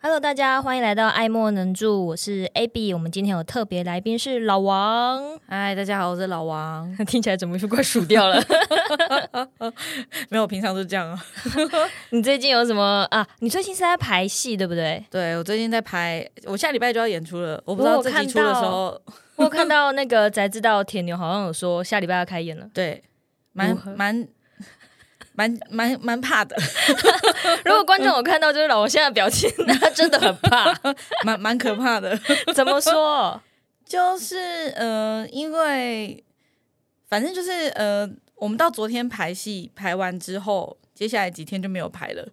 Hello，大家欢迎来到爱莫能助，我是 Abby。我们今天有特别来宾是老王，嗨，大家好，我是老王。 听起来怎么就快数掉了？没有，平常都这样啊。 你最近有什么啊？你最近是在排戏对不 对？对我最近在拍，我下礼拜就要演出了。我不知我道有自看己出的时到候，我有看到那个才知道铁牛好像有说下礼拜要开演 了。对，蛮如何蛮蛮蛮蛮怕的， 如果观众有看到，就是老王现在的表情，那他真的很怕。蛮蛮可怕的。 怎么说？就是呃，因为反正就是呃，我们到昨天排戏排完之后，接下来几天就没有排了。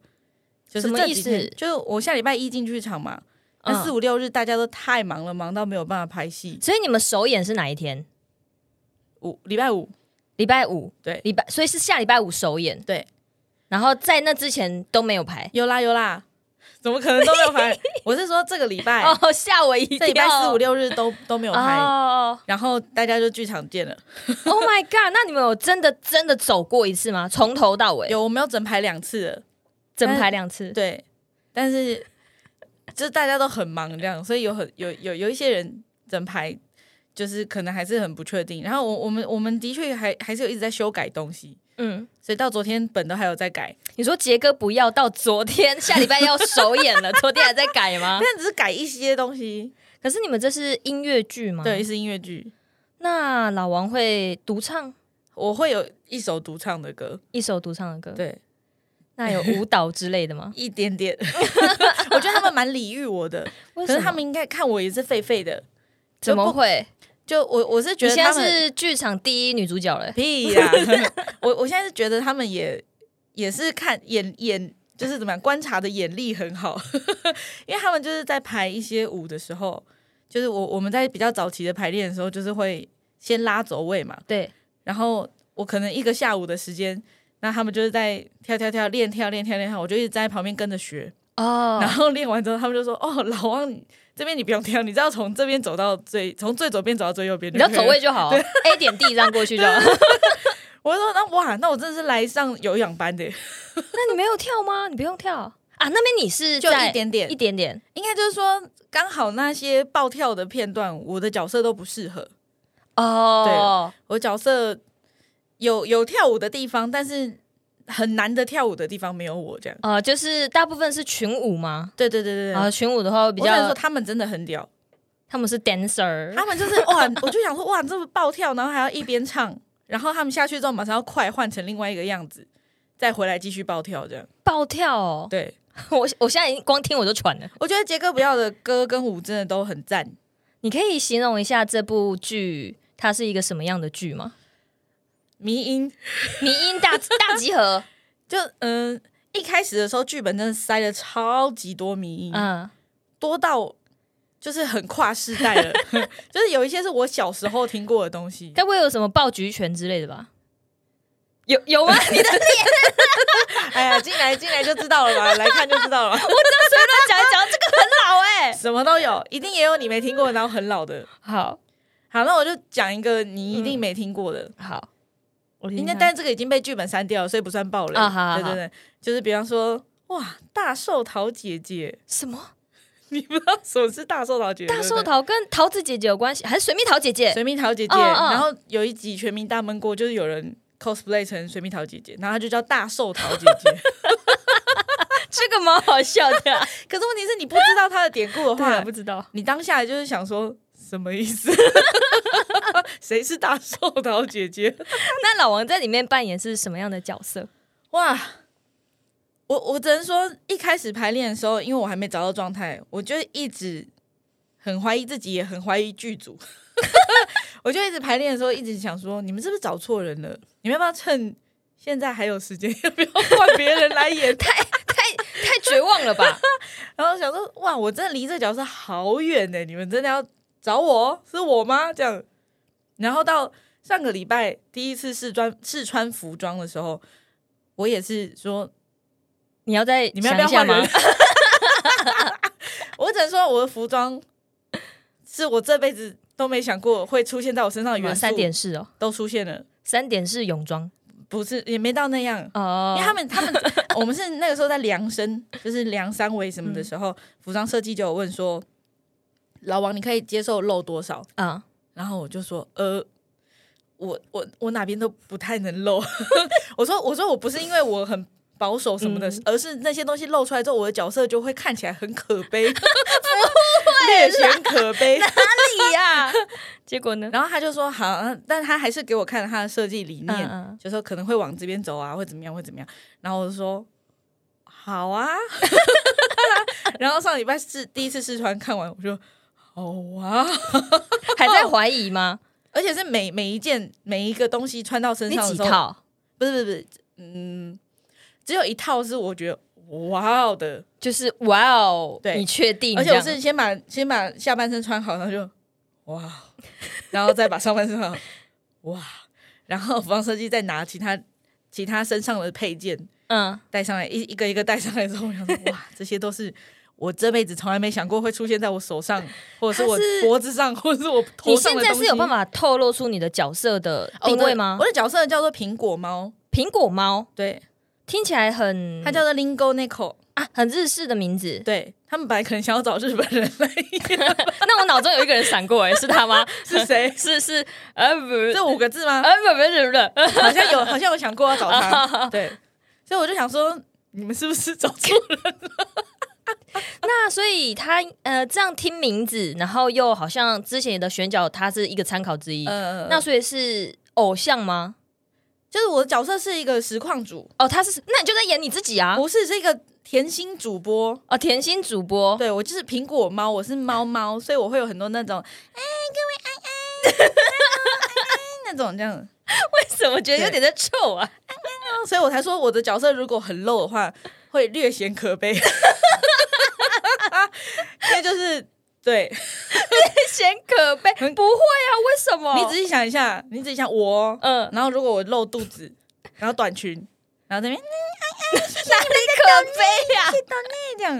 就是什么这意几天思就是我下礼拜一进剧场嘛，那四嗯五六日大家都太忙了，忙到没有办法拍戏。所以你们首演是哪一天？五礼拜五，礼拜五，对礼拜，所以是下礼拜五首演，对，然后在那之前都没有排。有啦有啦，怎么可能都没有 排？我是说这个礼拜，哦，吓我一跳！这礼拜四五六日都都没有排，哦然后大家就剧场见了。 ，Oh my god！那你们有真的真的走过一次吗？从头到尾，有我们有整排两次了，整排两次，对，但是就是大家都很忙这样，所以有很有有有一些人整排就是可能还是很不确定。然后我我们我们的确还还是有一直在修改东西，嗯，所以到昨天本都还有在改，你说杰哥不要到昨天， 下礼拜要首演了，昨天还在改吗 但？只是改一些东西。可是你们这是音乐剧吗？对，，是音乐剧，那老王会独唱我会有一首独唱的歌，一首独唱的歌，对。？那有舞蹈之类的吗一 点点，我觉得他们蛮礼遇我的，可 可是他们应该看我也是狒狒的，就怎么不会？就我我是觉你得现在他们是剧场第一女主 角了，屁呀、我我现在是觉得他们也也是看眼眼就是怎么样观察的眼力很好， 因为他们就是在排一些舞的时候，就是我我们在比较早期的排练的时候，就是会先拉走位嘛，对，然后我可能一个下午的时间。那他们就是在跳跳跳练跳练跳练跳，我就一直在旁边跟着学，哦然后练完之后，他们就说：“哦，老王你这边你不用跳，你只要从这边走到最，从最左边走到最右边。”你要走位。就好，A 点 D 这样过去就好。我就说：“那哇，那我真的是来上有氧班的， 那你没有跳吗？你不用跳啊？那边你是就在一点点一。点点应该就是说，刚好那些暴跳的片段，我的角色都不适合。哦，我角色有有跳舞的地方，但是很难的跳舞的地方没有我这样。呃，就是大部分是群舞吗？对对对对对。啊，群舞的话会比我想较说，，他们真的很屌，他们是 dancer，他们就是哇，我就想说哇，这么暴跳，然后还要一边唱，然后他们下去之后马上要快换成另外一个样子，再回来继续暴跳这样。暴跳哦。对，我我现在已经光听我就喘了。我觉得杰哥不要的歌跟舞真的都很赞。你可以形容一下这部剧它是一个什么样的剧吗？迷音迷音大大集合，就嗯、一开始的时候剧本真的塞了超级多迷音， 嗯，多到就是很跨世代 了，就是有一些是我小时候听过的东西。该不会有什么爆菊拳之类的吧？有有吗？你的哎呀，进来进来就知道了嘛，来看就知道了，讲一讲，这个很老哎、什么都有，一定也有你没听过，然后很老的。 好好，那我就讲一个你一定没听过的，好，嗯我应应该但这个已经被剧本删掉了，所以不算暴雷。啊好好对对对，就是比方说，哇，大寿桃姐姐， 什么你不知道什么是大寿桃姐姐？大对寿不对。桃跟桃子姐姐有关系，还是水蜜桃姐姐？水蜜桃姐姐，哦哦然后有一集《全民大闷锅》，就是有人 cosplay 成水蜜桃姐姐，然后她就叫大寿桃姐 姐。这个蛮好笑的、 啊，可是问题是你不知道她的典故的对啊，话，不知道。你当下就是想说什么意思？ 谁是大寿桃姐姐？那老王在里面扮演是什么样的角色？哇！我我只能说，一开始排练的时候，因为我还没找到状态，我就一直很怀疑自己，也很怀疑剧组。 我就一直排练的时候，一直想说，你们是不是找错人了？你们要不要趁现在还有时间，要不要换别人来演？太太太绝望了吧？然后想说，哇，我真的离这角色好远呢、你们真的要找我？是我吗？这样。然后到上个礼拜第一次试穿试穿服装的时候，我也是说， 你要再你们要不要想一下换吗人？？ 我只能说，我的服装是我这辈子都没想过会出现在我身上的元哇素，三点式哦，都出现了。三点式泳装，不是也没到那样，因哦为他们 他们我们是那个时候在量身，就是量三围什么嗯的时候，服装设计就有问说，老王你可以接受露多少？ 啊，然后我就说，呃，我我我哪边都不太能露。 我说我说我不是因为我很保守什么的，嗯而是那些东西露出来之后，我的角色就会看起来很可悲，略显可 悲。哪里呀？结果呢？然后他就说好，嗯但他还是给我看了他的设计理念，嗯嗯就说可能会往这边走啊，会怎么样，会怎么样。然后我就说好啊。 然后上礼拜试第一次试穿，看完我就好啊，还在怀疑吗？而且是每每一件每一个东西穿到身哦你上的几时候，套？不是不是不是，嗯，只有一套是我觉得。哇哦的，就是哇哦，对你确定？而且我这样是先把先把下半身穿好，然后就哇哦，然后再把上半身穿好，哇，然后服装设计再拿其他其他身上的配件嗯，带上来，一一个一个带上来之后，我想说 哇，这些都是我这辈子从来没想过会出现在我手上，或者是我它是脖子上，或者是我头你上现的在东西。是有办法透露出你的角色的哦定我的位吗我？的角色叫做苹果猫，苹果猫对，听起来很，它叫做 Lingo Nico，啊，很日式的名字。对他们本来可能想要找日本人来， 那我脑中有一个人闪过，哎，是他吗？？是谁是是，呃不，这五个字吗？呃不不不不，好像有，好像有想过要找啊他，对，所以我就想说，你们是不是找错人？ 那所以他呃这样听名字，然后又好像之前的选角，它是一个参考之一。呃，那所以是偶像吗？就是我的角色是一个实况主，哦，他是，那你就在演你自己啊。不是是一个甜心主播。哦，甜心主播，对我就是苹果猫，我是猫猫，所以我会有很多那种，哎、各位安安，安安那种这样， 为什么觉得有点在臭 啊？所以我才说我的角色如果很 low 的话，会略显可悲， 因为就是对显可悲，不会啊？为什么？你仔细想一下，你仔细想我哦、嗯，然后如果我露肚子，然后短裙，然后这边哪里可悲呀、那样，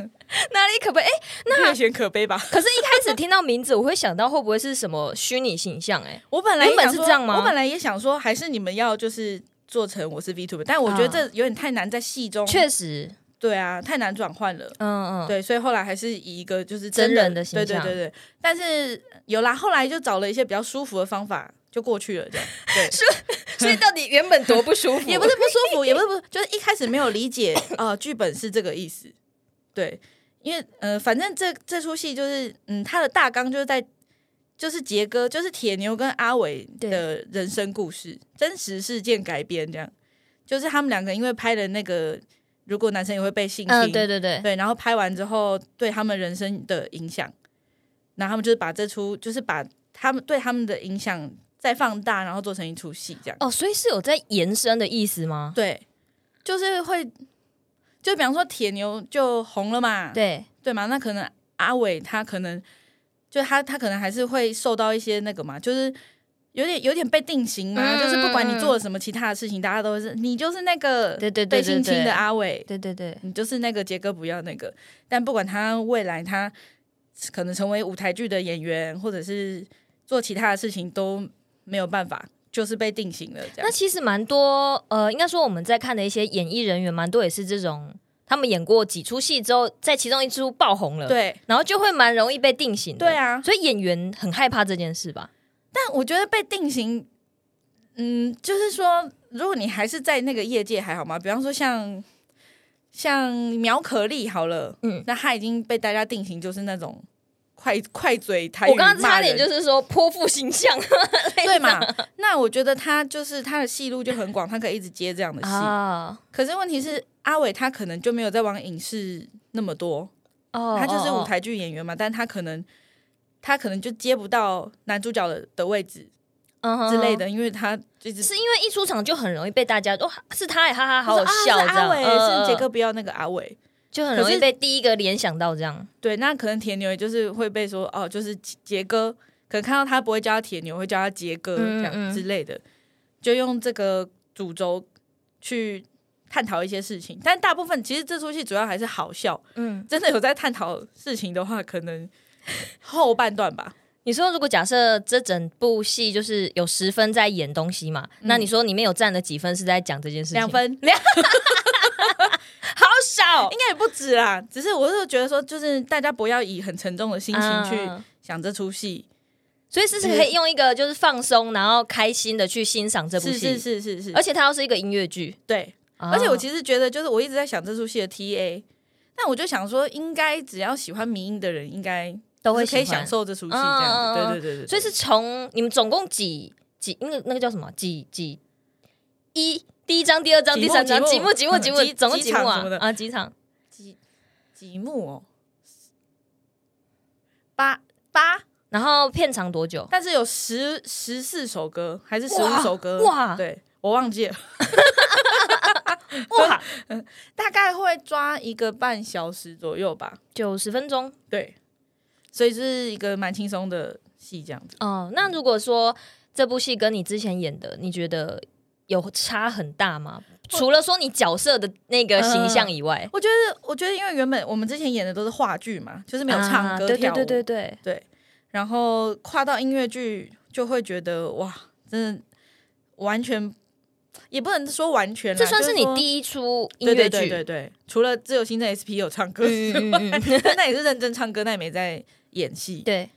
哪里可悲？哎、略显可悲吧。可是一开始听到名字，我会想到会不会是什么虚拟形象、 哎，我本来也原本想是说这样吗我本来也想说，还是你们要就是做成我是 Vtuber，但我觉得啊这有点太难在戏中，确实，对啊，太难转换了。嗯嗯，对，所以后来还是以一个就是真人人的形象对对对对。但是有啦，后来就找了一些比较舒服的方法就过去了，这样。对，所以到底原本多不舒 服也不是不舒服，也不是不，就是一开始没有理解啊、呃剧本是这个意思。对，因为呃，反正这这出戏就是，嗯，它的大纲就是在就是杰哥，就是铁牛跟阿伟的人生故事，真实事件改编，这样就是他们两个因为拍了那个，如果男生也会被性侵，嗯，对对对，对，然后拍完之后对他们人生的影响，然后他们就是把这出，就是把他们对他们的影响再放大，然后做成一出戏这样。哦，所以是有在延伸的意思吗？对，就是会，就比方说铁牛就红了嘛，对，对嘛？那可能阿伟他可能就他他可能还是会受到一些那个嘛，就是有点有点被定型嘛，嗯就是不管你做了什么其他的事情，大家都是你就是那个对对对被对性侵对的阿伟，对对对，你就是那个杰哥不要那个。但不管他未来他可能成为舞台剧的演员，或者是做其他的事情都没有办法，就是被定型了这样那。其实蛮多，呃，应该说我们在看的一些演艺人员，蛮多也是这种，他们演过几出戏之后，在其中一出爆红了，，对然后就会蛮容易被定型的，对，啊，所以演员很害怕这件事吧？但我觉得被定型，嗯，就是说，如果你还是在那个业界还好吗？比方说像像苗可丽好了，嗯嗯，那她已经被大家定型，就是那种快快嘴台语我刚刚差点骂人就是说泼妇形象啊 对嘛？那我觉得她就是她的戏路就很广，她可以一直接这样的戏。啊，可是问题是，阿伟他可能就没有在往影视那么多，哦，他就是哦舞，台剧演员嘛，但他可能他可能就接不到男主角的的位置嗯哼之类。的，因为他一直是因为一出场就很容易被大家哇、哦是他耶，欸哈哈，好好就说笑啊、这是阿样，伟、嗯是杰哥，不要那个阿伟。就很容可易是被第一个联想到这样。对，那可能铁牛也就是会被说哦，就是杰哥，可能看到他不会叫他铁牛，会叫他杰哥嗯这嗯样之类的，就用这个主轴去探讨一些事情。但大部分其实这出戏主要还是好笑，嗯，真的有在探讨事情的话，可能后半段吧。你说如果假设这整部戏就是有十分在演东西嘛，那你说里面有占了几分是在讲这件事情？嗯两，分 好少应该也不止啦，只是我是觉得说，就是大家不要以很沉重的心情去嗯想这出戏，所以是是可以用一个就是放松，然后开心的去欣赏这部是戏，是哦是是是，而且且它又是一个音乐剧，对，而且我其实实觉得，就是我一直在想这出戏的 TA，但我就想说，应该只要喜欢迷音的人，应该都会就是可以喜欢享，受这出戏这样嗯嗯子。嗯嗯对对对对，所以是从你们总共几几那个那个叫什么几几一第一章、第二章、几第幕三章几几幕嗯幕几幕几幕几总共几几幕场什啊么的啊几场几几幕哦，八八，然后片长多久？但是有十十四首歌还是十五哇首歌？哇对我忘记了，哇，大概会抓一个半小时左右吧。九十分钟对，所以是一个蛮轻松的戏这样子。哦。那如果说这部戏跟你之前演的，你觉得有差很大吗？除了说你角色的那个呃形象以外，我觉得，我觉得，因为原本我们之前演的都是话剧嘛，就是没有唱啊歌、对跳对舞，对对对，对，然后跨到音乐剧，就会觉得哇，真的完全也不能说完全啦，这算是你一第一出音对乐对剧对，对对，除了自由新政 SP 有唱歌，嗯嗯嗯嗯， 但那也是认真唱歌，那也没在演戏。 对，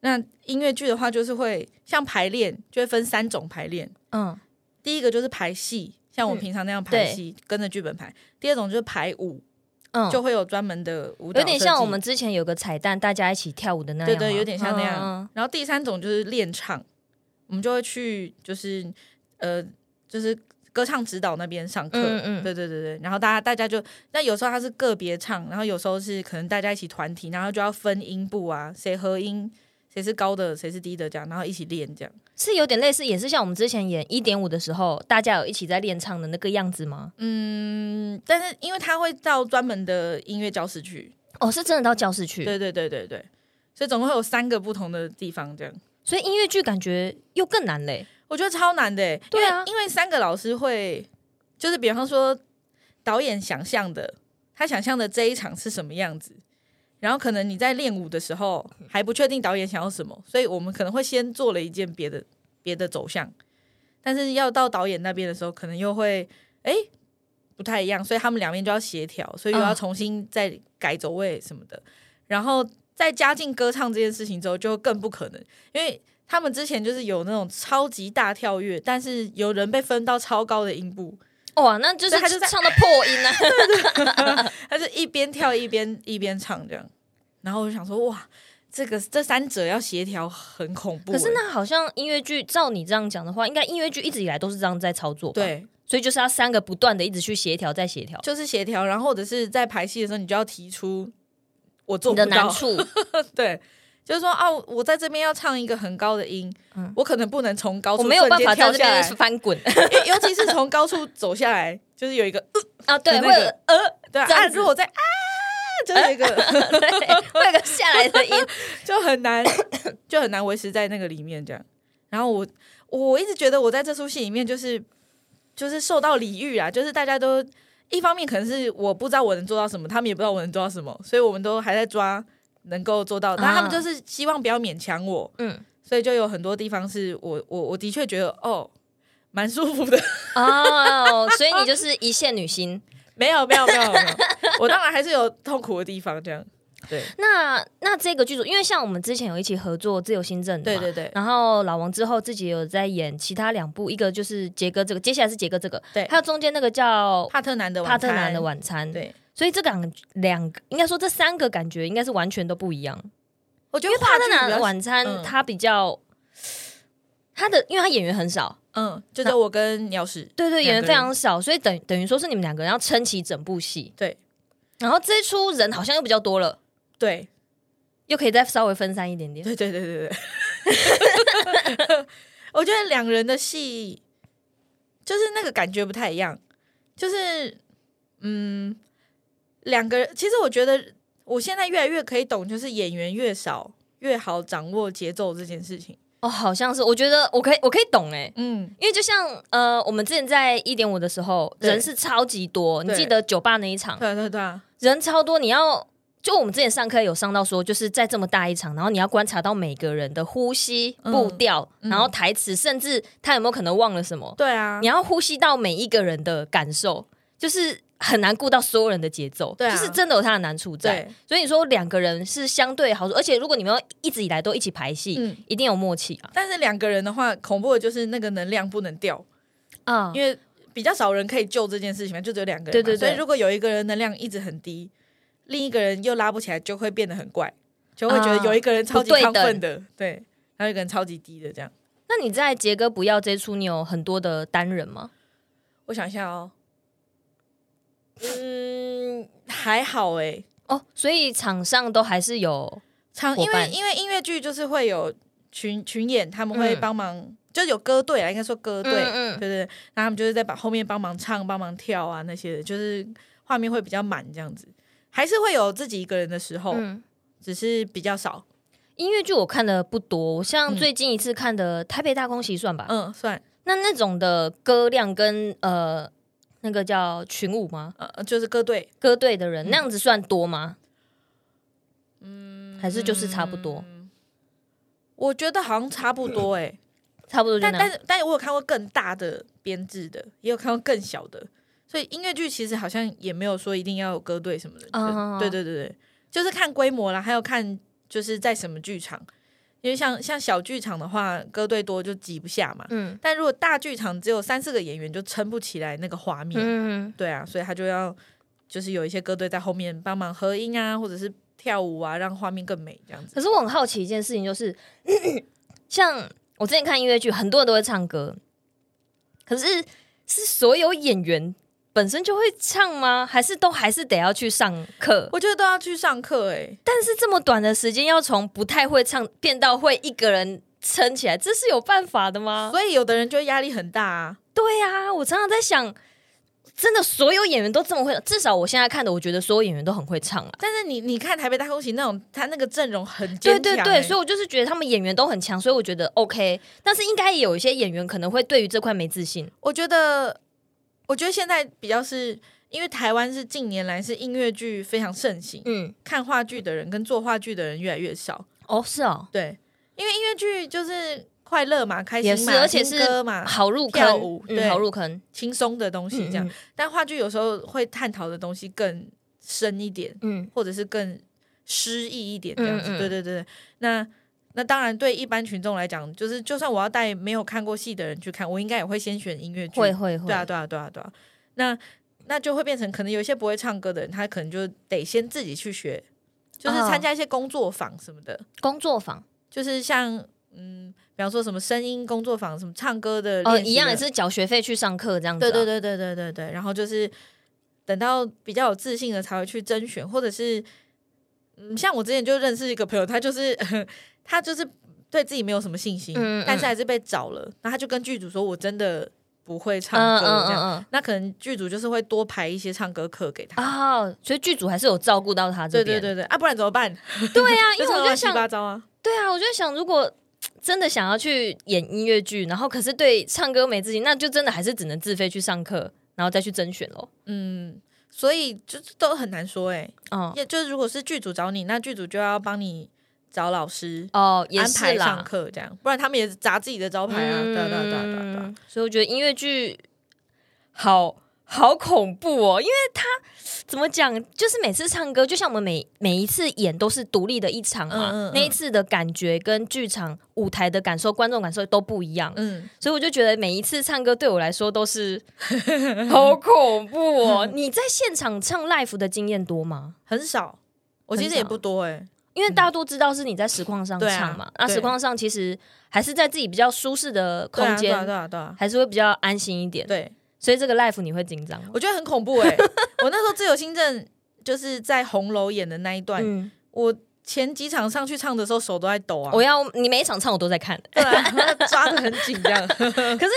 那音乐剧的话，就是会像排练，就会分三种排练，嗯第一个就是排戏。像我嗯平常那样排戏，跟着剧本排。第二种就是排舞，嗯，就会有专门的舞蹈，有点像我们。之前有个彩蛋，大家一起跳舞的那样对吗，对有点像那样嗯然后第三种就是练唱，我们就会去就是呃就是歌唱指导那边上课。嗯嗯嗯，对对对对，然后大家大家就，那有时候他是个别唱，然后有时候是可能大家一起团体，然后就要分音部啊，谁合音，谁是高的，谁是低的这样，然后一起练这样。是有点类似，也是像我们之前演一点五的时候，大家有一起在练唱的那个样子吗？嗯，但是因为他会到专门的音乐教室去，哦，是真的到教室去，对对对对对，所以总共会有三个不同的地方这样。所以音乐剧感觉又更难嘞。我觉得超难的欸、因对为、啊因为三个老师会，就是比方说导演想象的，他想象的这一场是什么样子，然后可能你在练舞的时候还不确定导演想要什么，所以我们可能会先做了一件别的别的走向，但是要到导演那边的时候，可能又会哎、诶不太一样，所以他们两边就要协调，所以又要嗯重新再改走位什么的，然后再加进歌唱这件事情之后，就更不可能，因为。他们之前就是有那种超级大跳跃，但是有人被分到超高的音部，哇，那就是对他就在唱的破音 啊！他是一边跳一边一边唱这样。然后我就想说，哇，这个这三者要协调很恐怖欸、可是那好像音乐剧，照你这样讲的话，应该音乐剧一直以来都是这样在操作，，欸对，所以就是要三个不断的一直去协调，再协调就是协调，然后或者是在排戏的时候，你就要提出我做你不的难到，处， 对，就是说啊，我在这边要唱一个很高的音，嗯我可能不能从高我处没有办法瞬在间跳这下来边，翻 滚因为尤其是从高处走下来，就是有一个啊！对，那会个有呃， 对啊这样啊，子如果在啊，就是有 一个。对，会有个下来的音， 就很难， 就很难维持在那个里面这样。然后我我一直觉得我在这出戏里面就是就是受到礼遇啊，就是大家都一方面可能是我不知道我能做到什么，他们也不知道我能做到什么，所以我们都还在抓能够做到，但他啊们就是希望不要勉强我，嗯。所以就有很多地方是我我我的确觉得哦。蛮舒服的， 哦，所以你就是一线女星。没有没有没有，没有我当然还是有痛苦的地方，这样对那那这个剧组，因为像我们之前有一起合作《自由新政》的对嘛，对对然后老王之后自己有在演其他两部，一个就是杰哥这个，接下来是杰哥这个，对，还有中间那个叫帕特南的晚帕特南餐的晚餐。对，所以这两两个应该说这三个感觉应该是完全都不一样。我觉因得为帕特南的的晚餐嗯它比较。他的，因为他演员很少，嗯，就在我跟鸟屎对对，两个演员非人常少，所以等等于说是你们两个人要撑起整部戏。对，然后这一出人好像又比较多了，对又可以再稍微分散一点点。 对对对对对， 我觉得两人的戏就是那个感觉不太一样，就是嗯，两个人其实我觉得我现在越来越可以懂，就是演员越少越好掌握节奏这件事情。哦，好像是，我觉得我可以，我可以懂哎、嗯，因为就像呃，我们之前在一点五的时候，对人是超级多，你对记得酒吧那一场对啊对啊对啊，人超多，你要就我们之前上课有上到说，就是在这么大一场，然后你要观察到每个人的呼吸、嗯步调，嗯然后台词，甚至他有没有可能忘了什么，对啊你，要呼吸到每一个人的感受，就是很难顾到所有人的节奏，对啊就是真的有他的难处在。对，所以你说两个人是相对好处，而且如果你们要一直以来都一起排戏，嗯一定有默契啊。但是两个人的话，恐怖的就是那个能量不能掉，啊因为比较少人可以救这件事情嘛，就只有两个人嘛。对对对所以如果有一个人能量一直很低，另一个人又拉不起来，就会变得很怪，就会觉得啊有一个人超级不对亢等奋的，对，然后一个人超级低的这样。那你在杰哥不要这一出，你有很多的单人吗？我想一下哦，嗯，还好哎、哦，所以场上都还是有常伙因为伴因为音乐剧就是会有群群演，他们会嗯帮忙，就是有歌队啊，应该说歌队，嗯嗯对对，对然后他们就是在把后面帮忙唱、帮忙跳啊那些的，就是画面会比较满这样子，还是会有自己一个人的时候，嗯。只是比较少，音乐剧我看的不多，我像嗯最近一次看的《台北大空袭》算吧。嗯，算，那那种的歌量跟呃那个叫群舞吗？呃，就是歌队，歌队的嗯人、那样子算多吗？嗯，还是就是差不多，嗯我觉得好像差不多哎、差不多就但那但样。是但我有看过更大的编制的，也有看过更小的，所以音乐剧其实好像也没有说一定要有歌队什么的。哦对对对对，就是看规模啦，还有看就是在什么剧场，因为像像小剧场的话，歌队多就挤不下嘛。嗯但如果大剧场只有三四个演员，就撑不起来那个画面。嗯，对啊，所以他就要就是有一些歌队在后面帮忙合音啊，或者是跳舞啊，让画面更美这样子。可是我很好奇一件事情，就是 像我之前看音乐剧，很多人都会唱歌，可是是所有演员本身就会唱吗？还是都还是得要去上课？我觉得都要去上课哎、但是这么短的时间，要从不太会唱变到会一个人撑起来，这是有办法的吗？所以有的人就压力很大啊。对啊，我常常在想，真的所有演员都这么会，至少我现在看的，我觉得所有演员都很会唱啊。但是你你看台北大空袭那种，他那个阵容很坚对强、欸对对，所以我就是觉得他们演员都很强，所以我觉得 OK。但是应该也有一些演员可能会对于这块没自信。我觉得，我觉得现在比较是因为台湾是近年来是音乐剧非常盛行，嗯，看话剧的人跟做话剧的人越来越少。哦，是哦，对，因为音乐剧就是快乐嘛，开也心是，嘛，而且听是歌嘛，好入啊跳坑舞，嗯，对好入坑，轻松的东西这样。嗯但话剧有时候会探讨的东西更深一点，嗯或者是更诗意一点这样子。嗯嗯对对对，对那那当然对一般群众来讲，就是就算我要带没有看过戏的人去看，我应该也会先选音乐剧。会会会，对啊，对啊，对啊，对啊。那那就会变成可能有一些不会唱歌的人，他可能就得先自己去学，就是哦参加一些工作坊什么的，工作坊就是像嗯，比方说什么声音工作坊，什么唱歌的哦，练习一样的也是缴学费去上课这样子、啊对对，对对对对对，然后就是等到比较有自信的才会去甄选，或者是嗯，像我之前就认识一个朋友，他就是、他就是对自己没有什么信心，嗯嗯但是还是被找了，然后他就跟剧组说：“我真的不会唱嗯歌。”这样，嗯嗯那可能剧组就是会多排一些唱歌课给他。嗯，哦，所以剧组还是有照顾到他这对对边，对对，啊，不然怎么办？对，对啊，因为就我乱就七想，八糟啊。对啊，我就想，如果真的想要去演音乐剧，然后可是对唱歌没自信，那就真的还是只能自费去上课，然后再去甄选喽。嗯，所以就是都很难说哎、哦也就是如果是剧组找你，那剧组就要帮你找老师，哦，也安是排上啦，课这样，不然他们也砸自己的招牌啊，对啊对啊对啊对啊对啊嗯，所以我觉得音乐剧好好恐怖哦，因为他怎么讲，就是每次唱歌，就像我们每每一次演都是独立的一场嘛，嗯嗯嗯那一次的感觉跟剧场舞台的感受、观众感受都不一样，嗯，所以我就觉得每一次唱歌对我来说都 是好恐怖哦。你在现场唱 l i f e 的经验多吗？很少，我其很实少也不多哎、因为大家都知道是你在实况上对啊唱嘛，那对实况上其实还是在自己比较舒适的对啊空间，对啊对啊还是会比较安心一点。对啊，对所以这个 l i f e 你会紧张吗？我觉得很 欸恐怖哎、我那时候自由新政就是在红楼演的那一段，嗯，我前几场上去唱的时候手都在抖啊，我要你每一场唱我都在看，对啊， 抓的很紧 这样。可是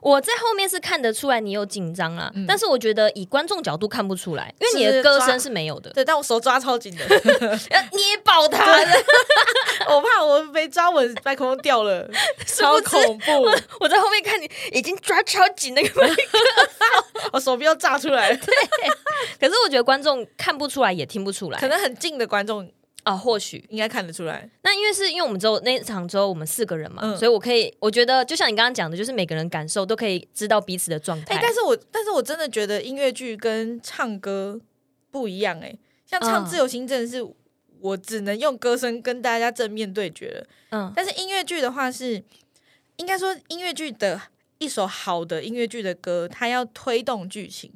我在后面是看得出来你有紧张啊，但是我觉得以观众角度看不出来，因为你嗯的是歌抓声是没有的，对，但我手抓超紧 的，啊呃捏爆他的。 我怕我被抓稳，麦克风 掉了，超恐怖，我在后面看你已经抓超紧那个麦克风， 我哦手臂要炸出来了。可是我觉得观众看不出来也听不出来 可能很近的观众啊，或许应该看得出来。那因为是因为我们只有那一场只有我们四个人嘛，嗯所以我可以我觉得就像你刚刚讲的，就是每个人感受都可以知道彼此的状态。哎、但是我但是我真的觉得音乐剧跟唱歌不一样哎、像唱嗯《自由行政》是我只能用歌声跟大家正面对决了，嗯但是音乐剧的话是，应该说音乐剧的一首好的音乐剧的歌，它要推动剧情，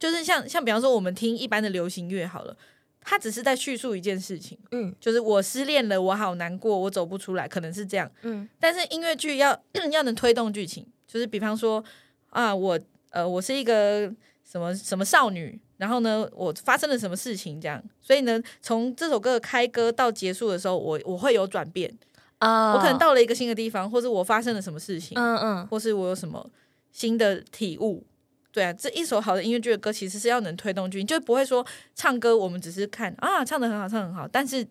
就是像像比方说我们听一般的流行乐好了，它只是在叙述一件事情，嗯就是我失恋了，我好难过，我走不出来，可能是这样。嗯但是音乐剧要 要能推动剧情，就是比方说啊，我呃，我是一个什么什么少女，然后呢，我发生了什么事情这样，所以呢，从这首歌的开歌到结束的时候，我我会有转变，啊我可能到了一个新的地方，或是我发生了什么事情，嗯嗯或是我有什么新的体悟。对啊，这一首好的音乐剧的歌其实是要能推动剧情，就不会说唱歌我们只是看啊，唱的很好，唱得很好，但是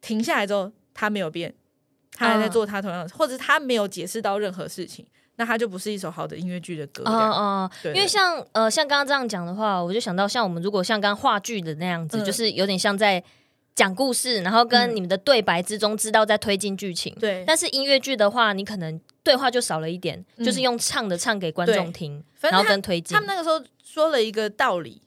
停下来之后他没有变，他啊还在做他同样的，或者他没有解释到任何事情，那他就不是一首好的音乐剧的歌。啊这样啊！对，因为像呃像刚刚这样讲的话，我就想到像我们如果像刚刚话剧的那样子，嗯就是有点像在讲故事，然后跟嗯你们的对白之中知道在推进剧情。对，但是音乐剧的话，你可能对话就少了一点，嗯就是用唱的唱给观众听，反然正后他跟推进他们。那个时候说了一个道理，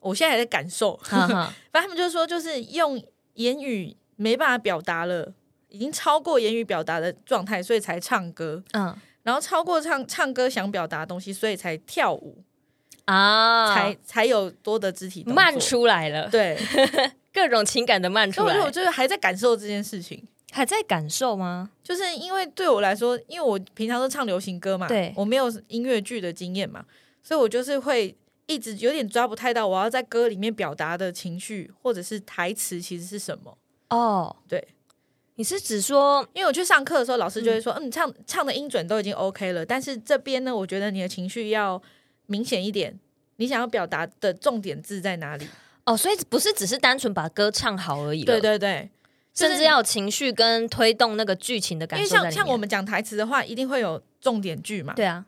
我现在还在感受，哈 哈，反正他们就说，就是用言语没办法表达了，已经超过言语表达的状态，所以才唱歌，嗯然后超过唱唱歌想表达的东西，所以才跳舞，啊，才才有多的肢体动作 慢。出来了，对，各种情感的慢所出以我来觉得，我就是还在感受这件事情，还在感受吗？就是因为对我来说，因为我平常都唱流行歌嘛，对我没有音乐剧的经验嘛，所以我就是会一直有点抓不太到我要在歌里面表达的情绪或者是台词其实是什么。哦，对，你是指说，因为我去上课的时候，老师就会说，嗯，你唱唱的音准都已经 OK 了，但是这边呢，我觉得你的情绪要明显一点，你想要表达的重点字在哪里？哦，所以不是只是单纯把歌唱好而已了，对对对，就是甚至要有情绪跟推动那个剧情的因感为受在里像面。像我们讲台词的话，一定会有重点句嘛，对啊，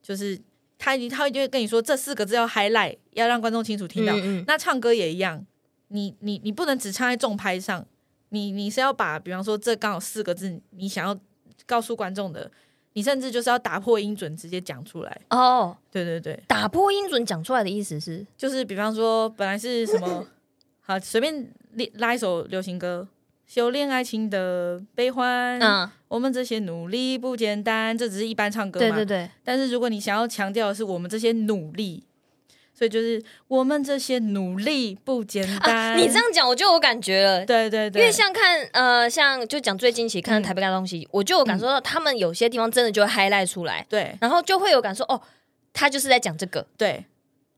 就是他一定他一定会跟你说这四个字要 highlight，要让观众清楚听到。嗯嗯那唱歌也一样，你你你不能只唱在重拍上，你你是要把，比方说这刚好四个字，你想要告诉观众的，你甚至就是要打破音准直接讲出来。哦，对对对。打破音准讲出来的意思是，就是比方说，本来是 什么，好随便列拉一首流行歌，修炼爱情的悲欢，嗯，我们这些努力不简单，这只是一般唱歌嘛。对对对，但是如果你想要强调的是我们这些努力，所以就是我们这些努力不简单。啊，你这样讲我就有感觉了，对对因对，为像看呃，像就讲最近期看嗯台北大东西，我就有感受到他们有些地方真的就会 highlight 出来，对然后就会有感受哦，他就是在讲这个对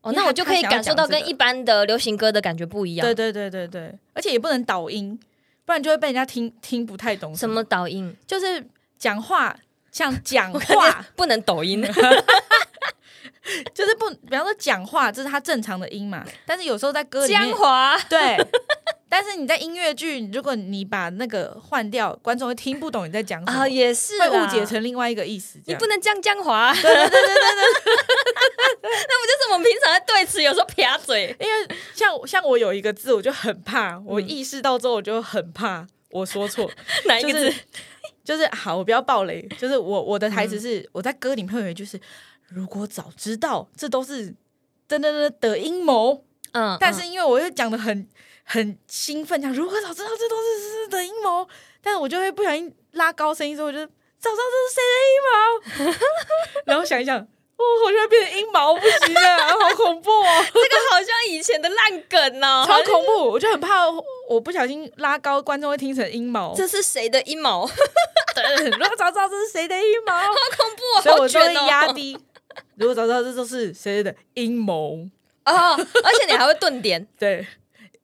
哦，因为那他我就可以感受到跟一般的流行歌的感觉不一样。对对对对对，而且也不能倒音，不然就会被人家听听不太懂什么导音就是讲话 像讲话哇，。不能抖音就是不，比方说讲话，这是他正常的音嘛。但是有时候在歌 里江面， 华对。但是你在音乐剧，如果你把那个换掉，观众会听不懂你在讲什么，啊，也是会啦误解成另外一个意思。这你样不能降江华，对对对对对， 那不就是我们平常在对词有时候撇嘴像像我有一个字，我就很怕，我意识到之后我就很怕我说错， 哪一个就字是？就是好，我不要暴雷。就是我我的嗯台词是、我在歌里面会有一句是，如果早知道，这都是噔噔噔的阴谋。嗯但是因为我又讲的很很兴奋，讲如果早知道这都是是是的阴谋，但是我就会不小心拉高声音之后，我就早知道这是谁的阴谋， 然后想一想，哦，好像变成阴谋，不行啊，好恐怖哦， 这个好像以前的烂梗哦，超恐怖，我就很怕我不小心拉高，观众会听成阴谋，这是谁的阴谋？ 对 如果早知道这是谁的阴谋，不，所以好我就会卷哦压低，如果早知道这都是谁的阴谋，哦，而且你还会顿点，对，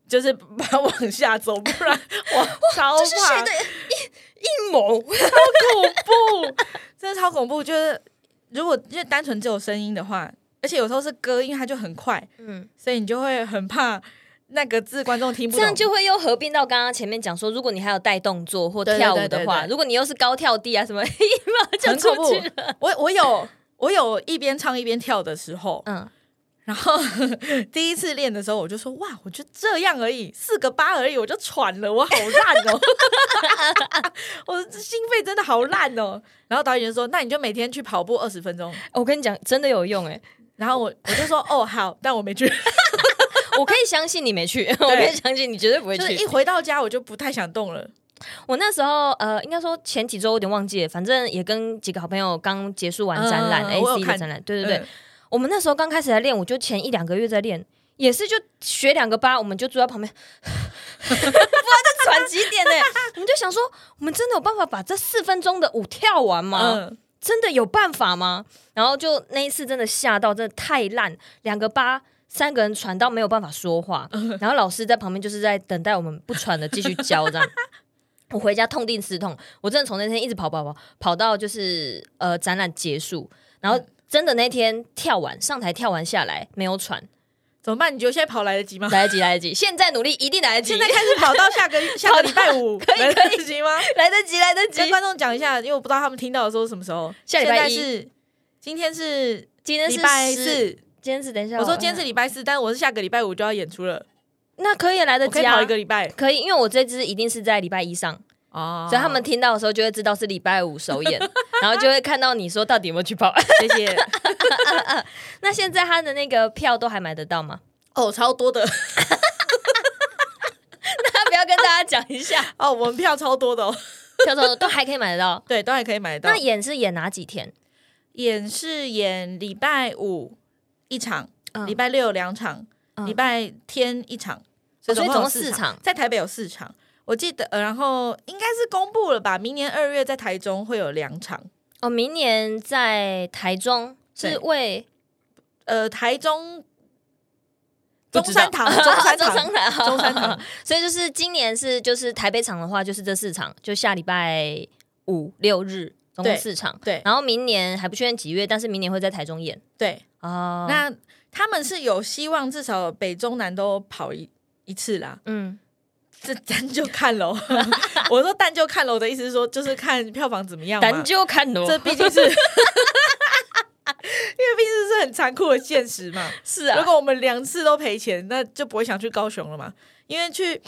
就是把它往下走，不然我 超这是谁怕的阴谋？恐怖， 真的超恐怖。就是如果因为单纯只有声音的话，而且有时候是歌，因为它就很快，嗯，所以你就会很怕那个字观众听不这懂。样就会又合并到刚刚前面讲说，如果你还有带动作或跳舞对对的对话，对如果你又是高跳低啊什么， 一秒就很出恐怖去了。。我我有我有一边唱一边跳的时候，嗯，然后第一次练的时候，我就说哇，我就这样而已，四个八而已，我就喘了，我好烂哦， 我的心肺真的好烂哦。然后导演就说，那你就每天去跑步二十分钟。我跟你讲，真的有用 哎、然后我我就说哦好，但我没去，我可以相信你没 去，我可以相信你绝对不会就是去一。回到家我就不太想动了。我那时候呃，应该说前几周有点忘记了，反正也跟几个好朋友刚结束完展览、嗯 A 我有 C 的看展览，对对对，嗯，我们那时候刚开始在练，我就前一两个月在练，也是就学两个八，我们就坐在旁边， 不知道在喘几点呢、我们就想说，我们真的有办法把这四分钟的舞跳完吗？嗯，真的有办法吗？然后就那一次真的吓到，真的太烂，两个八。三个人喘到没有办法说话，嗯然后老师在旁边就是在等待我们不喘的继续教 这样。我回家痛定思痛，我真的从那天一直跑跑跑跑到就是呃展览结束，然后嗯真的那天跳完上台跳完下来没有喘，怎么办？你觉得现在跑来得及吗？来得及来得 及，现在努力一定来得及，嗯现在开始跑到下个 下个礼拜五，可以来可以得及吗？ 来得及来得及跟。观众讲一下，因为我不知道他们听到的时候是什么时候。下礼拜一现在是今天是今天是哦礼拜十，四，今天是等一下我说今天是礼拜四，但我是下个礼拜五就要演出了，那可以来得我可及以啊跑一，个礼拜可以，因为我这支一定是在礼拜一上。哦所以他 们听到的时候就会知道是礼拜五首 演，然后就会看到你说到底有没有去跑。谢谢 那现在他的那个票都还买得到吗？哦，超多的那不要跟大家讲一下， 哦，我们票超多的哦，票都都还可以买得到。对，当然可以买得那到。演是演哪几天？演是演礼拜五一场，嗯礼拜六两场，嗯礼拜天一场，哦所以总有共四场在台北有四场。我记得，呃然后应该是公布了吧？明年二月在台中会有两场，哦，明年在台中是对为呃，台中不中知道山 堂，中山中堂，山 堂，中山堂。所以就是今年是就是台北场的话，就是这四场，就下礼拜五六日总共对四场。对然后明年还不确定几月，但是明年会在台中演对，哦。那他们是有希望，至少北中南都跑一一次啦。嗯，这咱就看喽。 我说但就看喽的意思是说，就是看票房怎么样嘛。就看咯这毕竟是，哦 因为毕竟是很残酷的现实嘛。是啊如，果我们两次都赔钱，那就不会想去高雄了嘛。因为去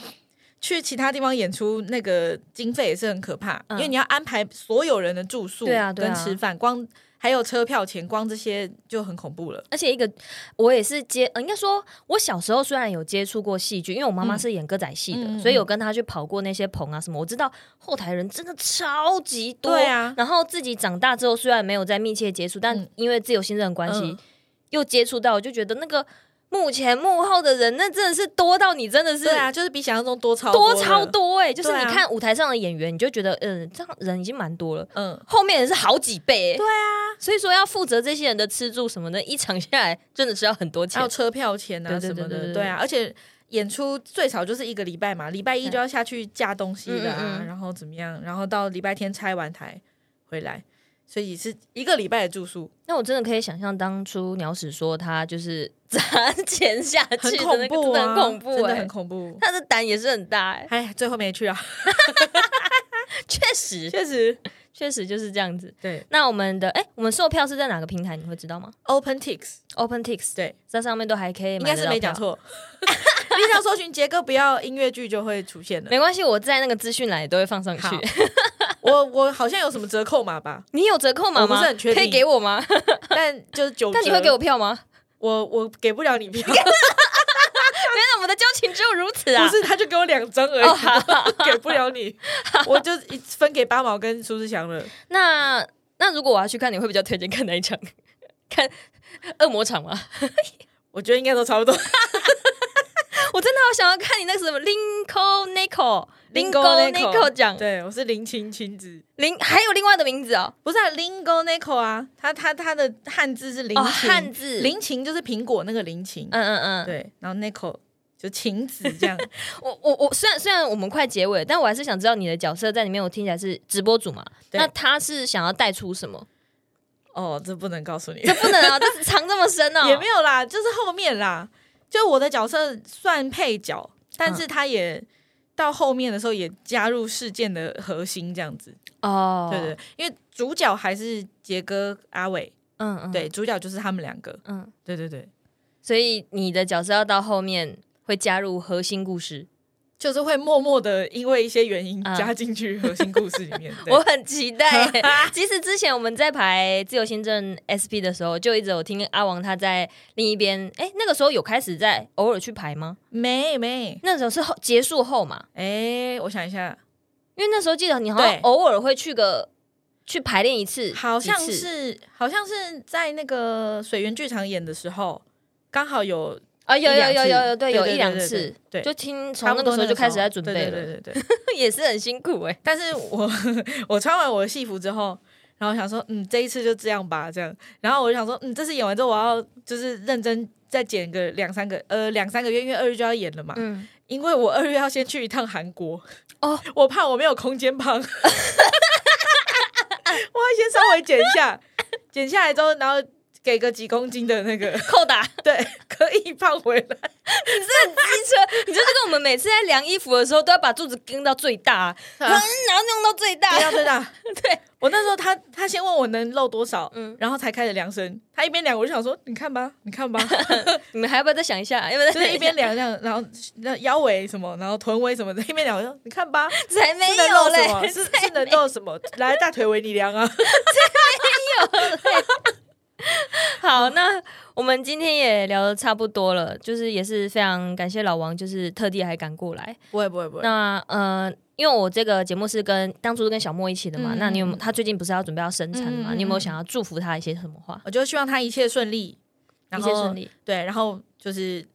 去其他地方演出，那个经费也是很可怕，嗯因为你要安排所有人的住宿，对啊对啊跟吃饭，光还有车票钱，光这些就很恐怖了。而且一个，我也是接，呃、应该说，我小时候虽然有接触过戏剧，因为我妈妈嗯是演歌仔戏的，嗯嗯所以有跟她去跑过那些棚啊什么。我知道后台人真的超级多，对啊然后自己长大之后，虽然没有在密切接触，但嗯因为自由新人的关系，嗯又接触到，我就觉得那个幕前幕后的人，那真的是多到你真的是对啊，就是比想象中多超多的超多哎、就是对你啊看舞台上的演员，你就觉得嗯，这样人已经蛮多了。嗯，后面人是好几倍、欸，对啊，所以说要负责这些人的吃住什么的，一场下来真的是要很多钱还有。车票钱啊对对什对么对对的，对啊，而且演出最少就是一个礼拜嘛，礼拜一就要下去架东西嗯的啊嗯，嗯然后怎么样，然后到礼拜天拆完台回来，所以是一个礼拜的住宿，那我真的可以想象当初鸟屎说他就是砸钱下去很的恐那个，怖啊，真的很恐怖、真欸，的很恐怖。他的胆也是很大、欸，哎，最后没去啊，确实，确实，确实就是这样子。对那我们的哎、我们售票是在哪个平台？你会知道吗，OpenTix， ？OpenTix 对，在上面都还可以，应该是没讲。 错，你只要搜寻杰哥不要音乐剧就会出现的。没关系，我在那个资讯栏也都会放上好去。我我好像有什么折扣码吧，你有折扣码我不吗？是很确定可以给我 吗？但就是九 折，但你会给我票吗？我我给不了 你票，原来我们的交情只有如此啊！哦不是，他就给我两张而已， 给不了你，我就一分给八毛跟苏志祥了。那那如果我要去看，你会比较推荐看哪一场？ 看恶魔场吗？我觉得应该都差 不多。 我真的好想要看你那个什么 Linko Nico Linko Nico 奖对，我是林青亲子，林，还有另外的名字哦，不是、啊、Lingo n i c o 啊，他他他的汉字是林哦琴，汉字林琴就是苹果那个林琴，嗯嗯嗯，对，然后 n i c o 就晴子这 样。我我我，虽然虽然我们快结尾了，但我还是想知道你的角色在里面。我听起来是直播主嘛？对那他是想要带出什么？哦，这不能告诉你，这不能 啊，这藏这么深哦、也没有啦，就是后面啦。就我的角色算配角，但是他也、到后面的时候也加入事件的核心这样子。哦，对对，对因为主角还是杰哥、阿伟，嗯嗯，对，主角就是他们两个。嗯，对对对，所以你的角色要到后面会加入核心故事，就是会默默的因为一些原因嗯加进去核心故事里面。对我很期 待耶。其实之前我们在排自由新政 SP 的时候，就一直有听阿王他在另一边，哎、那个时候有开始在偶尔去排吗？没没，那时候是后结束后嘛，哎、我想一下，因为那时候记得你好像对偶尔会去个去排练一次，好像几次是好像是在那个水源剧场演的时候，刚好有啊，有有一两有次有有，对，有对一两次，，对对对对就对，听从差那不个多时候就开始在准备对了，对对对对。 也是很辛苦哎。但是我我穿完我的戏服之后。然后想说，嗯，这一次就这样吧，这样。然后我就想说，嗯，这次演完之后，我要就是认真再剪个两三个，呃，两三个月，因为二月就要演了嘛。嗯，因为我二月要先去一趟韩国哦， 我怕我没有空间 胖，我要先稍微减一下，减下来之后，然后给个几公斤的那个， 扣打。 对，可以胖回来。你就是跟我们每次在量衣服的时候，都要把柱子跟到最大，然 后弄到最大对。要对大。对我那时候他他先问我能露多少，嗯然后才开始量身。他一边量，我就想说，你看吧，你看吧，你们还要不要再想一下？要不要再就想是一一边边？量这样，然后那腰围什么，然后臀围什么的，一边量，我说你看吧，才没是能露有什么？嘞，是是能露什么？来大腿围你量啊。好，嗯那我们今天也聊的差不多了，就是也是非常感谢老王，就是特地还赶过来。不会不会不会，那呃，因为我这个节目是跟当初是跟小莫一起的嘛，嗯那你有没有他最近不是要准备要生产嘛？嗯嗯嗯你有没有想要祝福他一些什么话？我就希望他一切顺利，然一后切顺 利。对，然后就是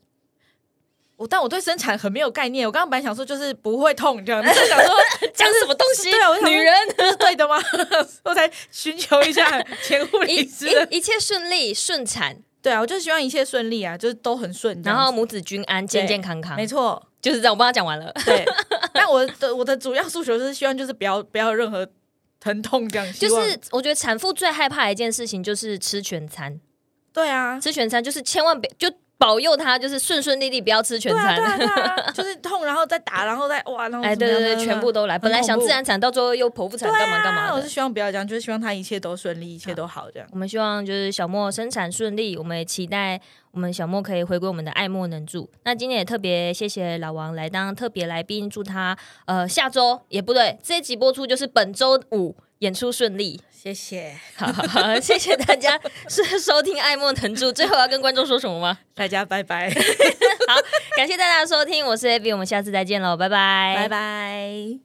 我，但我对生产很没有概念。我刚刚本来想说就是不会痛这样，但是 想说讲什么东西？对啊我想说女人这是对的吗？ 我才寻求一下前护一 理师的。一一切顺利顺产，对啊，我就希望一切顺利啊，就是都很顺这然样后子。母子均安，健健康康没。错，就是这样，我帮他讲完了。 对。但我的我的主要诉求就是希望就是不要不要有任何疼痛这样，就 希望是我觉得产妇最害怕的一件事情就是吃全餐，对啊。吃全餐就是千万别就保佑她就是顺顺利利不要吃全对啊，餐。对啊，对 啊，就是痛，然后再打，然后再哇，然后哎，哦怎对对么样怎么对，样全部都来。很本来恐想怖自然产，到最后又剖腹产，干嘛干啊嘛我是的。希望不要这样，就是希望他一切都顺利，一切都好这样。我们希望就是小莫生产顺利，我们也期待我们小莫可以回归我们的爱莫能助。那今天也特别谢谢老王来当特别来宾，祝他呃下周也不对，这一集播出就是本周五演出顺利。谢谢好 好好，谢谢大 家收 收听爱莫能助。最后要跟观众说什么吗？大家，拜拜，感谢大家的收听，我是 Abby，我们下次再见喽，拜拜，拜。